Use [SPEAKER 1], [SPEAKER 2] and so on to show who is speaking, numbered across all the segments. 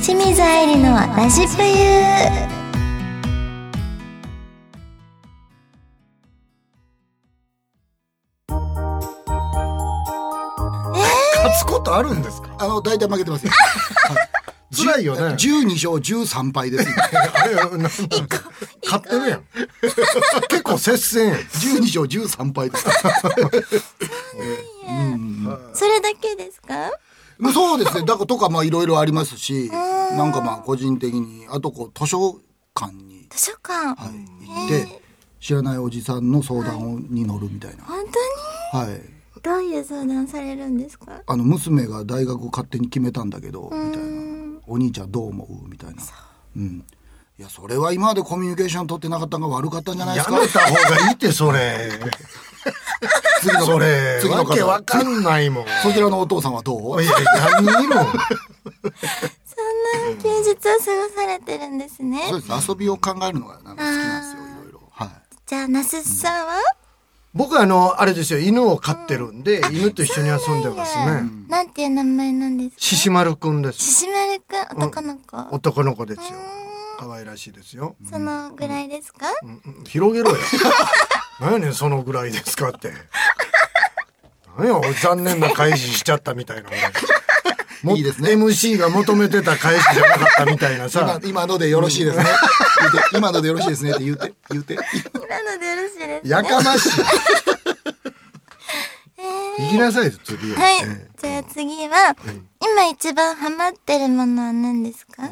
[SPEAKER 1] 清水愛理のラジプユー
[SPEAKER 2] 勝つことあるんですか
[SPEAKER 3] あの、大体負けてますよ。
[SPEAKER 2] 辛いよね
[SPEAKER 3] 12勝13敗です。
[SPEAKER 2] あれなんだ勝ってるやん結構接戦やん
[SPEAKER 3] 12勝13敗です。
[SPEAKER 1] それだけですか
[SPEAKER 3] まあそうですね。だからとか、まあいろいろありますし、なんかまあ個人的に、あとこう図書館に
[SPEAKER 1] 図書館、
[SPEAKER 3] はい行って、知らないおじさんの相談をに乗るみたいな。
[SPEAKER 1] 本当に
[SPEAKER 3] はい。
[SPEAKER 1] どういう相談されるんですか
[SPEAKER 3] あの、娘が大学を勝手に決めたんだけど、みたいな。お兄ちゃんどう思うみたいな。うん。いや、それは今までコミュニケーション取ってなかったのが悪かったんじゃないで
[SPEAKER 2] や
[SPEAKER 3] すか
[SPEAKER 2] めた方がいいってそれ
[SPEAKER 3] 次の
[SPEAKER 2] それ
[SPEAKER 3] 次の
[SPEAKER 2] わけ
[SPEAKER 3] 方
[SPEAKER 2] わかんないもん
[SPEAKER 3] そちらのお父さんはどう
[SPEAKER 2] いや何人い
[SPEAKER 1] そん
[SPEAKER 2] るの
[SPEAKER 1] な休日を過ごされてるんですね
[SPEAKER 3] そうです遊びを考えるのがなんか好きなんですよいろいろはい
[SPEAKER 1] じゃあ那須さんは、
[SPEAKER 2] 僕あのあれですよ犬を飼ってるんで犬と一緒に遊んでますね
[SPEAKER 1] なんていう名前なんですか
[SPEAKER 2] 獅子丸くんです
[SPEAKER 1] ししまるくん男の子、
[SPEAKER 2] 男の子ですよ可愛らしいですよ
[SPEAKER 1] そのぐらいですか、
[SPEAKER 2] うん広げろよ 何やねんそのぐらいですかって何や俺残念な開示しちゃったみたいなも
[SPEAKER 3] いいですね
[SPEAKER 2] MC が求めてた開示じゃなかったみたいな
[SPEAKER 3] 今
[SPEAKER 2] さ
[SPEAKER 3] 今のでよろしいですね、言うて今のでよろしいですねって言うて言うて
[SPEAKER 1] なのでよろしいです
[SPEAKER 2] やかましい行きなさいよ次は
[SPEAKER 1] はい、じゃあ次は、今一番ハマってるものは何ですか、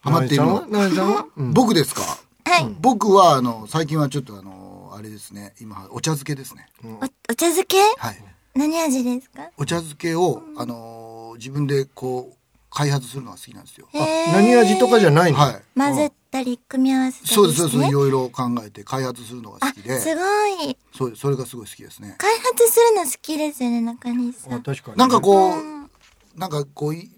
[SPEAKER 3] ハマっているの
[SPEAKER 2] なえちゃんは
[SPEAKER 3] 僕ですか
[SPEAKER 1] はい、
[SPEAKER 3] 僕はあの最近はちょっとあのあれですね今お茶漬けですね
[SPEAKER 1] おお茶漬け
[SPEAKER 3] はい
[SPEAKER 1] 何味ですか
[SPEAKER 3] お茶漬けをあの自分でこう開発するのが好きなんですよ
[SPEAKER 1] へ
[SPEAKER 2] あ
[SPEAKER 1] ー
[SPEAKER 2] 何味とかじゃないの
[SPEAKER 3] はい
[SPEAKER 1] 混ぜたり組み合わせたりして
[SPEAKER 3] そうですそうですいろいろ考えて開発するのが
[SPEAKER 1] あ
[SPEAKER 3] 好きです
[SPEAKER 1] ごい
[SPEAKER 3] そうそれがすごい好きですね
[SPEAKER 1] 開発するの好きですよね中西さ
[SPEAKER 2] あ
[SPEAKER 1] ん
[SPEAKER 2] 確かに
[SPEAKER 3] なんかこう、なんかこうい、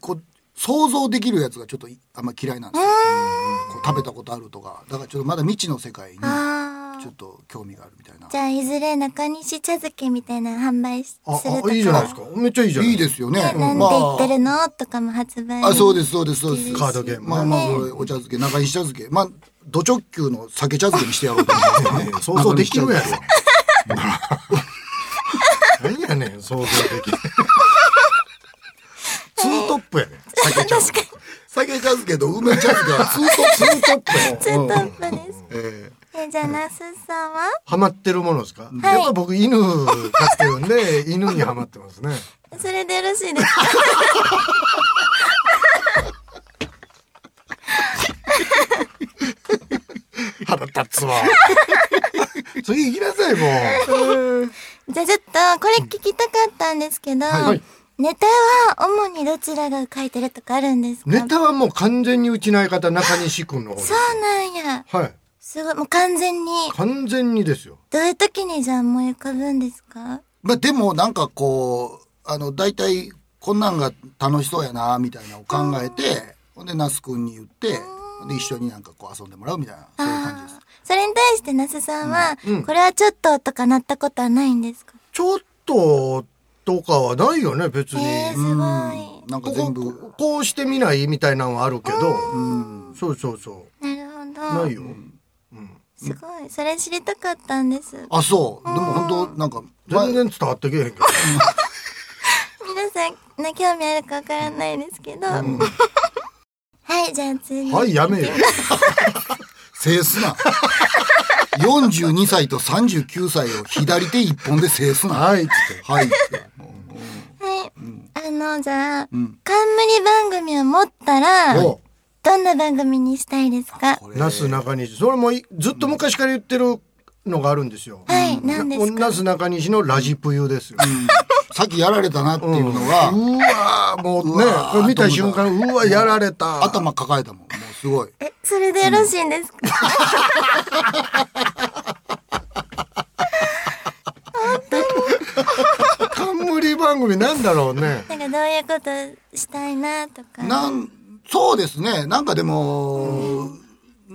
[SPEAKER 3] こう、想像できるやつがちょっといあんま嫌いなんですよ。こう食べたことあるとか、だからちょっとまだ未知の世界に、ち
[SPEAKER 1] あ
[SPEAKER 3] ょ
[SPEAKER 1] あ
[SPEAKER 3] っと興味があるみたいな
[SPEAKER 1] じ。ゃあいずれ中西茶漬けみたいなの販売しすると
[SPEAKER 2] あ
[SPEAKER 1] か
[SPEAKER 2] あいいじゃないですかめっちゃいいじゃない
[SPEAKER 3] いいですよね。
[SPEAKER 1] なん
[SPEAKER 3] ま
[SPEAKER 1] て言って
[SPEAKER 3] あ、
[SPEAKER 1] るのとかも発売
[SPEAKER 3] あ、そう
[SPEAKER 1] で
[SPEAKER 3] です、そうです、そうです。
[SPEAKER 2] カードゲームね
[SPEAKER 3] まあまあ、これお茶漬け、中西茶漬け、まあ、ド直球の酒茶漬けにしてやろうと思って ますけどね。
[SPEAKER 2] 想像できるやろ
[SPEAKER 3] 中西茶漬け。
[SPEAKER 2] 何やねん想像で きるツートップやねん
[SPEAKER 3] 酒茶漬け。酒茶漬けと梅茶漬けはツートツートップよ。
[SPEAKER 1] ツートップです
[SPEAKER 3] ええ
[SPEAKER 1] えじゃあ那須さんは
[SPEAKER 2] ハマってるものですか、やっぱ僕犬飼ってるん で犬にハマってますね
[SPEAKER 1] それでよろしいですか
[SPEAKER 2] 腹立つ わ次行きなさいもう
[SPEAKER 1] じゃあちょっとこれ聞きたかったんですけど、
[SPEAKER 2] はい
[SPEAKER 1] ネタは主にどちらが書いてるとかあるんですか
[SPEAKER 2] ネタはもう完全にうちない方中西君の方で
[SPEAKER 1] そうなんや
[SPEAKER 2] はい
[SPEAKER 1] すごいもう完全に
[SPEAKER 2] 完全にですよ
[SPEAKER 1] どういう時にじゃあ思い浮かぶんですか
[SPEAKER 3] まあでもなんかこうあの大体こんなんが楽しそうやなみたいなのを考えてほんで那須君に言ってで一緒になんかこう遊んでもらうみたいなそういう感じです
[SPEAKER 1] あーそれに対して那須さんは、これはちょっととかなったことはないんですか
[SPEAKER 2] ちょっととかはないよね別に、
[SPEAKER 1] えー、すごい。
[SPEAKER 3] なんか
[SPEAKER 2] こ
[SPEAKER 3] 全
[SPEAKER 2] こ
[SPEAKER 3] 部
[SPEAKER 2] ここうしてみないみたいなのはあるけど、そうそうそ
[SPEAKER 1] な
[SPEAKER 2] う
[SPEAKER 1] るほ
[SPEAKER 2] な
[SPEAKER 1] ど
[SPEAKER 2] い。よ、
[SPEAKER 1] すごい。それ知りたかったんです。
[SPEAKER 3] あそうでも本当なんか
[SPEAKER 2] 全
[SPEAKER 3] 前
[SPEAKER 2] 然伝わってけえへんけど
[SPEAKER 1] 皆さん、ね、興味あるかわからないですけど。 はい、じゃあ次。
[SPEAKER 2] はいやめよ
[SPEAKER 3] 制す な42歳と39歳を左手一本で制すな
[SPEAKER 2] はいっつって
[SPEAKER 3] はいって
[SPEAKER 1] はいあの、じゃあ、
[SPEAKER 3] ん
[SPEAKER 1] 冠番組を持ったら、
[SPEAKER 2] お
[SPEAKER 1] どんな番組にしたいですか
[SPEAKER 3] こ れ
[SPEAKER 2] なす中西それもいずっと昔から言ってるのがあるんですよ。
[SPEAKER 1] はい、何ですか
[SPEAKER 2] なす中西のラジプユですよ。
[SPEAKER 3] さっきやられたなっていうの
[SPEAKER 2] う
[SPEAKER 3] が
[SPEAKER 2] わーもうね
[SPEAKER 3] うわー
[SPEAKER 2] これ見た瞬間うわやられた。
[SPEAKER 3] 頭抱えたもんもうすごい
[SPEAKER 1] え、それでよろしいんですか、
[SPEAKER 2] 冠番組なんだろうね。
[SPEAKER 1] なんかどういうことしたいなとか。
[SPEAKER 3] なんそうですねなんかでも、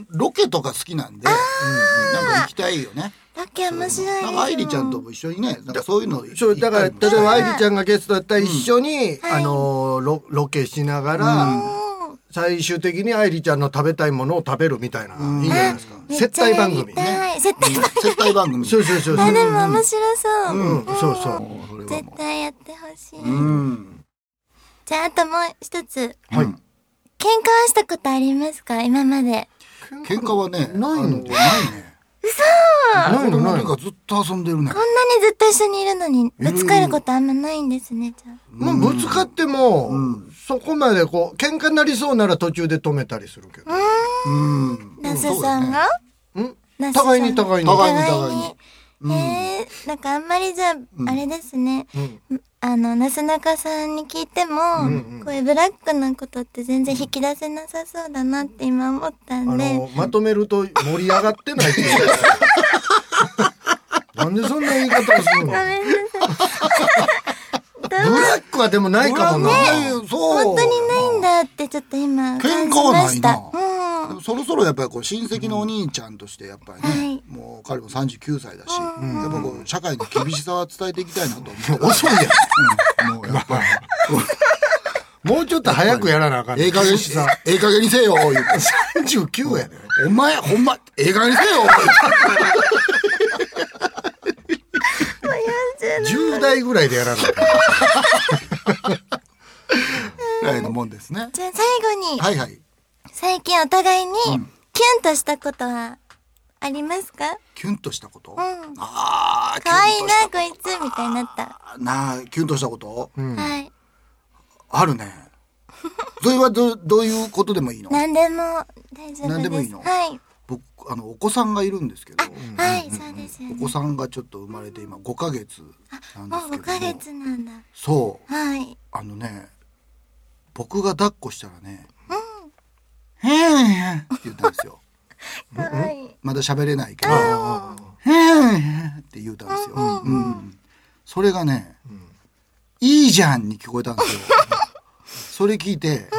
[SPEAKER 3] ロケとか好きなんで、うんなんか行きたいよね
[SPEAKER 1] ロケ面白いです
[SPEAKER 3] なんか愛理ちゃんとも一緒にねなんかそういうの
[SPEAKER 2] そうだから例
[SPEAKER 3] 行ったり
[SPEAKER 2] え
[SPEAKER 3] も
[SPEAKER 2] ば愛理ちゃんがゲストだったら一緒に、あのーロロケしながら、
[SPEAKER 1] もん
[SPEAKER 2] 最終的に愛梨ちゃんの食べたいものを食べるみたいな、
[SPEAKER 3] うん
[SPEAKER 2] いいじゃないですか接待番組ね
[SPEAKER 1] ね。接待番
[SPEAKER 3] 接待番組。
[SPEAKER 2] そうそうそうそう
[SPEAKER 1] 組。あ、でも面白そうう。
[SPEAKER 2] ん、そうそう
[SPEAKER 3] それはも
[SPEAKER 1] 絶対やってほしい。
[SPEAKER 3] ううん。
[SPEAKER 1] じゃあ、あともう一つ。
[SPEAKER 2] はい
[SPEAKER 3] うん
[SPEAKER 1] 喧嘩はしたことありますか今まで。
[SPEAKER 3] 喧嘩はね、
[SPEAKER 2] ないの
[SPEAKER 3] あないね。
[SPEAKER 2] ないのない
[SPEAKER 3] 俺がずっと遊んでるね
[SPEAKER 1] こん。なにずっと一緒にいるのに、ぶつかることあんまないんですね、じゃあ。
[SPEAKER 2] もうぶつかっても、
[SPEAKER 3] ん
[SPEAKER 2] そこまでこう喧嘩になりそうなら途中で止めたりするけど、
[SPEAKER 3] うん。
[SPEAKER 1] ナスさん
[SPEAKER 3] そう
[SPEAKER 1] が
[SPEAKER 2] うん、
[SPEAKER 1] ナスさん
[SPEAKER 2] 互いに互いに
[SPEAKER 3] 互いに
[SPEAKER 1] 互いにえー、なんかあんまりじゃあ、あれですね。
[SPEAKER 2] うん
[SPEAKER 1] あの、なすなかさんに聞いても、こういうブラックなことって全然引き出せなさそうだなって今思った
[SPEAKER 2] あ
[SPEAKER 1] んで、
[SPEAKER 2] のまとめると盛り上がってないっていう なんでそんな言い方をす
[SPEAKER 1] ごめ
[SPEAKER 2] るの
[SPEAKER 1] んなさい。
[SPEAKER 2] ブラックはでもないかもな、
[SPEAKER 3] ねそう。
[SPEAKER 1] 本当にないんだってちょっと今感じ
[SPEAKER 3] 喧嘩は
[SPEAKER 1] ま
[SPEAKER 3] な
[SPEAKER 1] し
[SPEAKER 3] い
[SPEAKER 1] た。
[SPEAKER 3] な
[SPEAKER 1] うん。
[SPEAKER 3] そろそろやっぱりこう親戚のお兄ちゃんとしてやっぱり
[SPEAKER 1] は
[SPEAKER 3] ね
[SPEAKER 1] い、
[SPEAKER 3] もう彼も39歳だし、やっぱこう社会の厳しさは伝えていきたいなと思 ってる。
[SPEAKER 2] 遅いや
[SPEAKER 3] うんもうやっぱ
[SPEAKER 2] んもうちょっと早くやらなあかん
[SPEAKER 3] り、ええ加減にせ
[SPEAKER 2] さ
[SPEAKER 3] ええ加減にせよ、言うて。
[SPEAKER 2] 39やで、
[SPEAKER 3] お前、ほんま、ええ加減にせよ、
[SPEAKER 2] 10代ぐらいでやらなあかん
[SPEAKER 3] ぐらいのもんですね。
[SPEAKER 1] じゃあ最後に、
[SPEAKER 3] はいはい。
[SPEAKER 1] 最近お互いにキュンとしたことはありますか
[SPEAKER 3] キュンとしたこと、
[SPEAKER 1] ん
[SPEAKER 3] ああ、キ
[SPEAKER 1] 可愛
[SPEAKER 3] ュ
[SPEAKER 1] い
[SPEAKER 3] ンとし
[SPEAKER 1] な、こいつみたいになった。
[SPEAKER 3] た。なあ、キュンとしたこと、
[SPEAKER 1] はい。
[SPEAKER 3] あるね。それはどどういうことでもいいの
[SPEAKER 1] 何でも大丈
[SPEAKER 3] 何で
[SPEAKER 1] 夫
[SPEAKER 3] も
[SPEAKER 1] で
[SPEAKER 3] いい
[SPEAKER 1] す。
[SPEAKER 3] の
[SPEAKER 1] はい。
[SPEAKER 3] 僕、あの、お子さんがいるんですけど、
[SPEAKER 1] はい、そうですよ
[SPEAKER 3] お
[SPEAKER 1] ね。
[SPEAKER 3] 子さんがちょっと生まれて今5ヶ月なんで
[SPEAKER 1] も
[SPEAKER 3] す
[SPEAKER 1] う
[SPEAKER 3] け
[SPEAKER 1] 5
[SPEAKER 3] ど
[SPEAKER 1] ヶ月なんだ。
[SPEAKER 3] そう
[SPEAKER 1] はい。
[SPEAKER 3] あのね僕が抱っこしたらね「へーへん」って言ったんです よ
[SPEAKER 1] 可愛い。
[SPEAKER 3] まだ喋れないけど「へーへん」って言ったんですよ、うんそれがね「いいじゃん」に聞こえたんです よそれ聞いて、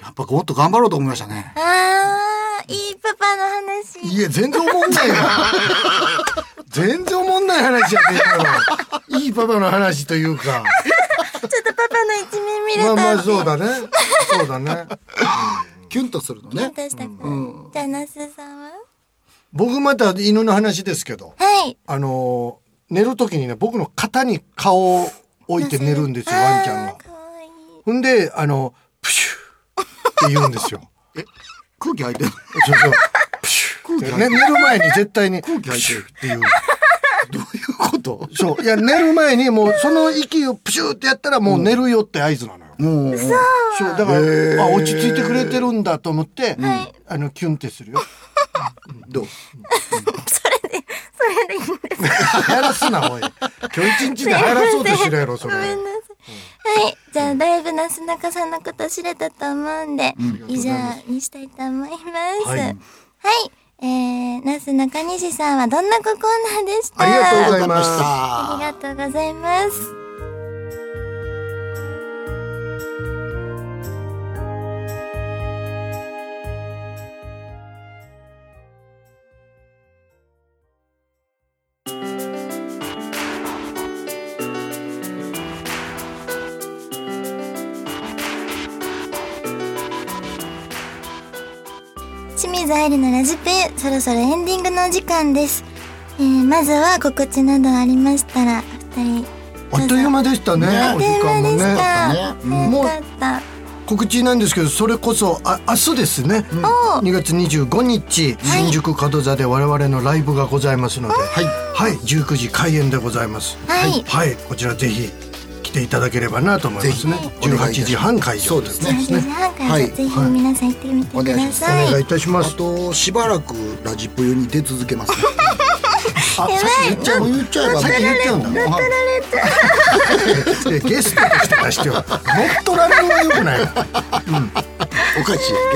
[SPEAKER 3] やっぱもっと頑張ろうと思いましたね
[SPEAKER 1] あー、いいパパの話。
[SPEAKER 2] いや全然思んないな全然思んない話やけどいいパパの話というか
[SPEAKER 1] ちょっとパパの一面見れ
[SPEAKER 2] ま
[SPEAKER 1] た
[SPEAKER 2] あ
[SPEAKER 1] んで。
[SPEAKER 2] まあそうだねそうだね
[SPEAKER 3] キュンとするの
[SPEAKER 1] キュ
[SPEAKER 3] ね
[SPEAKER 1] ンとしたかじゃあ、那須さんは
[SPEAKER 2] 僕また犬の話ですけど
[SPEAKER 1] はい。
[SPEAKER 2] あのー寝る時にね僕の肩に顔を置いて寝るんですよワンちゃん
[SPEAKER 1] あ
[SPEAKER 2] が
[SPEAKER 1] ー。可愛い。
[SPEAKER 2] ほんであのプシューって言うんですよ。
[SPEAKER 3] え空気入ってる
[SPEAKER 2] そうそうプシューってね、寝る前に絶対に
[SPEAKER 3] 空気
[SPEAKER 2] プシ
[SPEAKER 3] 入
[SPEAKER 2] ュ
[SPEAKER 3] っ
[SPEAKER 2] ーって いう。
[SPEAKER 3] どういうこと
[SPEAKER 2] そういや寝る前にもうその息をプシューってやったらもう寝るよって合図なのよ。
[SPEAKER 3] もう
[SPEAKER 2] そうだから、あ落ち着いてくれてるんだと思って、
[SPEAKER 1] はい
[SPEAKER 2] あのキュンってするよ。
[SPEAKER 3] どう
[SPEAKER 1] それで、それでいいんです。
[SPEAKER 2] 流行らすなおい。今日一日で流行らそうとしろやろそれ
[SPEAKER 1] ご。めんなさい。はい。じゃあ、だいぶなすなかさんのこと知れたと思うんで、以上にしたいと思います。
[SPEAKER 2] は
[SPEAKER 1] はいい。えー、なすなかにしさんはどんなごコーナーでした
[SPEAKER 2] ありがとうございま
[SPEAKER 3] ありがとうござい
[SPEAKER 2] し
[SPEAKER 3] まし
[SPEAKER 1] ありがとう
[SPEAKER 2] たた。
[SPEAKER 1] ございます。清水愛理のラジペン、そろそろエンディングのお時間です。えー、まずは告知などありましたら、お二人。
[SPEAKER 2] あっという間でしたね。
[SPEAKER 1] あっ
[SPEAKER 2] お
[SPEAKER 1] と
[SPEAKER 2] 時
[SPEAKER 1] いう間
[SPEAKER 2] 間も
[SPEAKER 1] でし
[SPEAKER 2] ね。
[SPEAKER 1] た。
[SPEAKER 3] やっ
[SPEAKER 1] 早
[SPEAKER 3] た
[SPEAKER 1] かった。
[SPEAKER 2] 告知なんですけどそれこそあ明日ですね、
[SPEAKER 1] お
[SPEAKER 2] 2月25日、
[SPEAKER 1] い
[SPEAKER 2] 新宿門座で我々のライブがございますので、はいい、19時開演でございます
[SPEAKER 1] はい
[SPEAKER 2] はい、こちらぜひ来ていただければなと思いますね
[SPEAKER 3] ぜひ
[SPEAKER 2] 18時半会場
[SPEAKER 3] そうですね
[SPEAKER 1] 18時半から
[SPEAKER 3] はい
[SPEAKER 1] ぜひ皆さん行ってみてください。
[SPEAKER 2] お願いいたしま
[SPEAKER 3] あ
[SPEAKER 2] す
[SPEAKER 3] としばらくラジプユに出続けます、ね。
[SPEAKER 1] や
[SPEAKER 2] あ
[SPEAKER 1] ばい
[SPEAKER 2] 先言っちゃう
[SPEAKER 3] もう言っちゃえば
[SPEAKER 2] 先言っちゃうんだ
[SPEAKER 3] も
[SPEAKER 2] でゲストとして出しては乗っ取られるのはよくないな
[SPEAKER 3] おかしい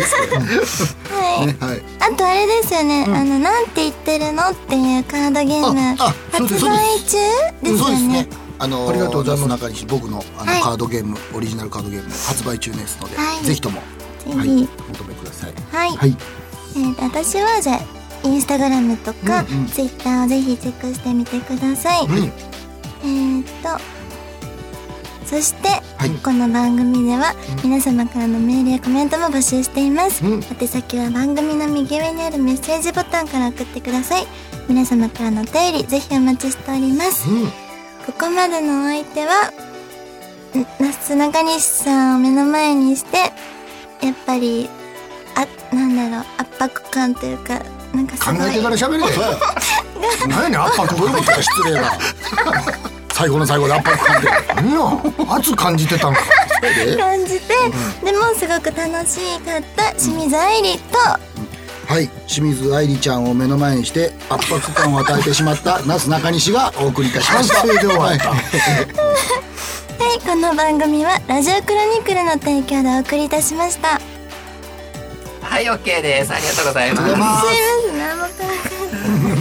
[SPEAKER 3] です
[SPEAKER 1] はい。
[SPEAKER 3] けどね。はい。
[SPEAKER 1] あとあれですよね、あの、なんて言ってるのっていうカードゲーム、
[SPEAKER 3] ああそうで
[SPEAKER 1] 発
[SPEAKER 3] す
[SPEAKER 1] 売中ですよ
[SPEAKER 3] そうですね
[SPEAKER 1] ね。。
[SPEAKER 3] あのー、
[SPEAKER 2] ありがとうございます
[SPEAKER 3] なすなかにし僕のあの、
[SPEAKER 1] はい
[SPEAKER 3] カードゲームオリジナルカードゲーム発売中ですので、
[SPEAKER 1] はい
[SPEAKER 3] ぜひとも
[SPEAKER 1] ぜひ
[SPEAKER 3] はいお求めください。
[SPEAKER 1] はい。
[SPEAKER 3] はい。
[SPEAKER 1] えーと私はじゃあ、インスタグラムとか、
[SPEAKER 3] うんうん
[SPEAKER 1] ツイッターをぜひチェックしてみてください。
[SPEAKER 2] ん
[SPEAKER 1] えっと、そして、
[SPEAKER 3] はい
[SPEAKER 1] この番組では皆様からのメールやコメントも募集しています、
[SPEAKER 2] うん
[SPEAKER 1] 宛先は番組の右上にあるメッセージボタンから送ってください皆様からのお便りぜひお待ちしております、
[SPEAKER 2] うん
[SPEAKER 1] ここまでのお相手はんなすなかにしさんを目の前にしてやっぱりあなんだろう圧迫感というかなんかす
[SPEAKER 2] 考
[SPEAKER 1] ご
[SPEAKER 2] えて
[SPEAKER 1] い
[SPEAKER 2] から喋れよ。 何やねん圧迫どういうことか失礼な。 最後の最後で圧迫感って。何や圧感じてたのか。
[SPEAKER 1] 感じて、でもすごく楽しかった清水愛理と、
[SPEAKER 3] はい清水愛理ちゃんを目の前にして圧迫感を与えてしまったなすなかにしがお送りいたしました
[SPEAKER 2] 反省で終わった
[SPEAKER 3] はい
[SPEAKER 1] はい、この番組はラジオクロニクルの提供でお送りいたしました。すい
[SPEAKER 4] はい、オッケーです。ありがとうございます。
[SPEAKER 1] ません、何も考えてなかった。